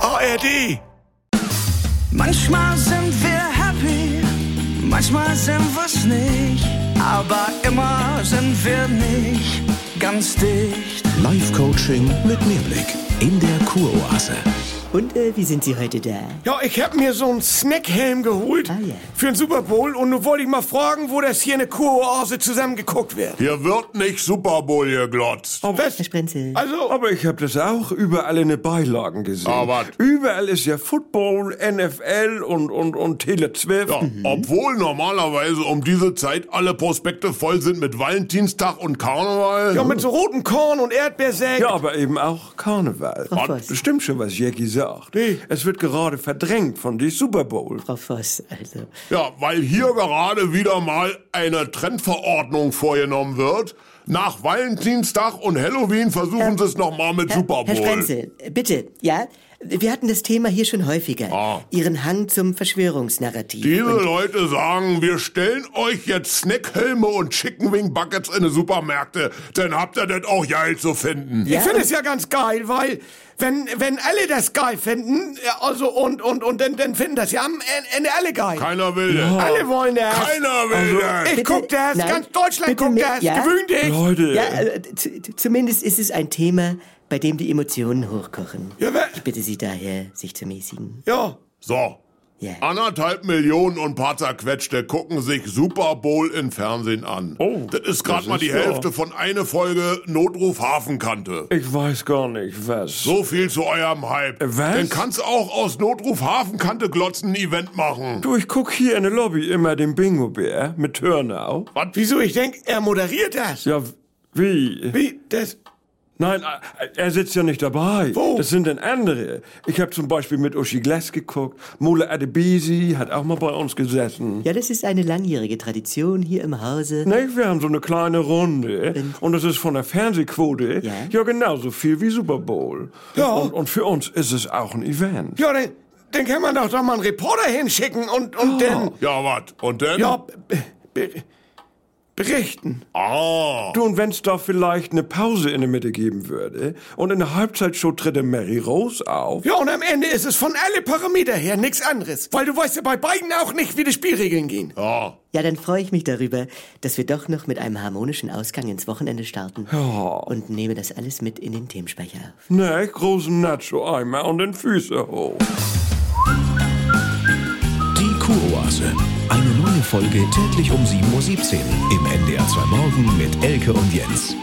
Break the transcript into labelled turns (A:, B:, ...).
A: ARD.
B: Manchmal sind wir happy, manchmal sind wir's nicht, aber immer sind wir nicht ganz dicht.
C: Live-Coaching mit Mehrblick in der Kuroase.
D: Und äh, wie sind Sie heute da?
A: Ja, ich hab mir so einen Snackhelm geholt
D: Ah, ja.
A: für den Super Bowl und nun wollte ich mal fragen, wo das hier in der Kuroase zusammengeguckt wird.
E: Hier wird nicht Super Bowl geglotzt.
A: Was?
D: Herr Sprenzel.
F: Also, aber ich habe das auch überall in den Beilagen gesehen.
E: Ah, wat?
F: Überall ist ja Football, NFL und, und, und Tele 12.
E: Ja,
D: Mhm.
E: obwohl normalerweise um diese Zeit alle Prospekte voll sind mit Valentinstag und Karneval.
A: Ja, mit so roten Korn und Erdbeersäck.
F: Ja, aber eben auch Karneval.
D: Frau Voss.
F: Das stimmt schon, was Jackie sagt. Es wird gerade verdrängt von die Super Bowl.
D: Frau Voss, also.
E: Ja, weil hier gerade wieder mal eine Trendverordnung vorgenommen wird. Nach Valentinstag und Halloween versuchen sie es nochmal mit
D: Herr,
E: Super
D: Herr
E: Bowl.
D: Sprenzel, bitte, ja? Wir hatten das Thema hier schon häufiger.
E: Ah.
D: Ihren Hang zum Verschwörungsnarrativ.
E: Diese
D: Und
E: Leute sagen, wir stellen euch jetzt Snackhelme und Chicken Wing Buckets in die Supermärkte, dann habt ihr das auch geil zu finden.
A: Ich finde es ja ganz geil, weil wenn, wenn alle das geil finden, ja, also und, und, und dann, dann finden das ja am Ende alle geil.
E: Keiner will das.
A: Alle wollen das. Also,
E: Keiner will das.
A: Ich
D: Bitte,
A: guck das,
D: nein,
A: ganz Deutschland
D: bitte
A: guckt
D: mit-
A: das.
D: ja.
A: Gewöhn dich.
F: Leute,
D: ja, äh, z- z- zumindest ist es ein Thema, bei dem die Emotionen hochkochen.
A: Ja, wa-
D: Ich bitte Sie daher, sich zu mäßigen.
A: ja.
E: So.
D: Ja.
E: Anderthalb Millionen und paar zerquetschte gucken sich Super Bowl im Fernsehen an.
F: Oh,
E: das ist gerade
F: das
E: mal
F: ist
E: die
F: ja-
E: Hälfte von einer Folge Notruf Hafenkante.
D: äh,
F: ich weiß gar nicht, was.
E: So viel zu eurem Hype.
F: Was?
E: Dann kannst auch aus Notruf Hafenkante glotzen ein Event machen.
F: Du, ich guck hier in der Lobby immer den Bingo-Bär mit Törnau.
A: Wieso? Ich denk, er moderiert das.
F: Ja, wie?
A: Wie? Das.
F: Nein, äh, er sitzt ja nicht dabei.
A: Wo?
F: Das sind dann andere. Ich habe zum Beispiel mit Uschi Glass geguckt. Mola Adebisi hat auch mal bei uns gesessen.
D: Ja, das ist eine langjährige Tradition hier im Hause.
F: Ne, wir haben so eine kleine Runde.
D: Und?
F: Und, das ist von der Fernsehquote
D: Ja?
F: ja genauso viel wie Super Bowl.
A: Ja.
F: Und, und für uns ist es auch ein Event.
A: Ja, dann, dann kann man doch doch mal einen Reporter hinschicken und, und dann.
E: Ja, wat? Und dann?
A: Ja, b- b- berichten.
E: Ah.
F: Du, und wenn es da vielleicht eine Pause in der Mitte geben würde und in der Halbzeitshow tritt der Mary Rose auf.
A: Ja, und am Ende ist es von alle Parameter her nichts anderes. Weil du weißt ja bei beiden auch nicht, wie die Spielregeln gehen.
E: Ja.
D: Ja, dann freue ich mich darüber, dass wir doch noch mit einem harmonischen Ausgang ins Wochenende starten. Ja. Und nehme das alles mit in den Themenspeicher auf.
F: Ne, großen Nacho-Eimer und den Füße hoch.
C: Die Kuroase. Eine neue Folge täglich um 7.17 Uhr im NDR 2 Morgen mit Elke und Jens.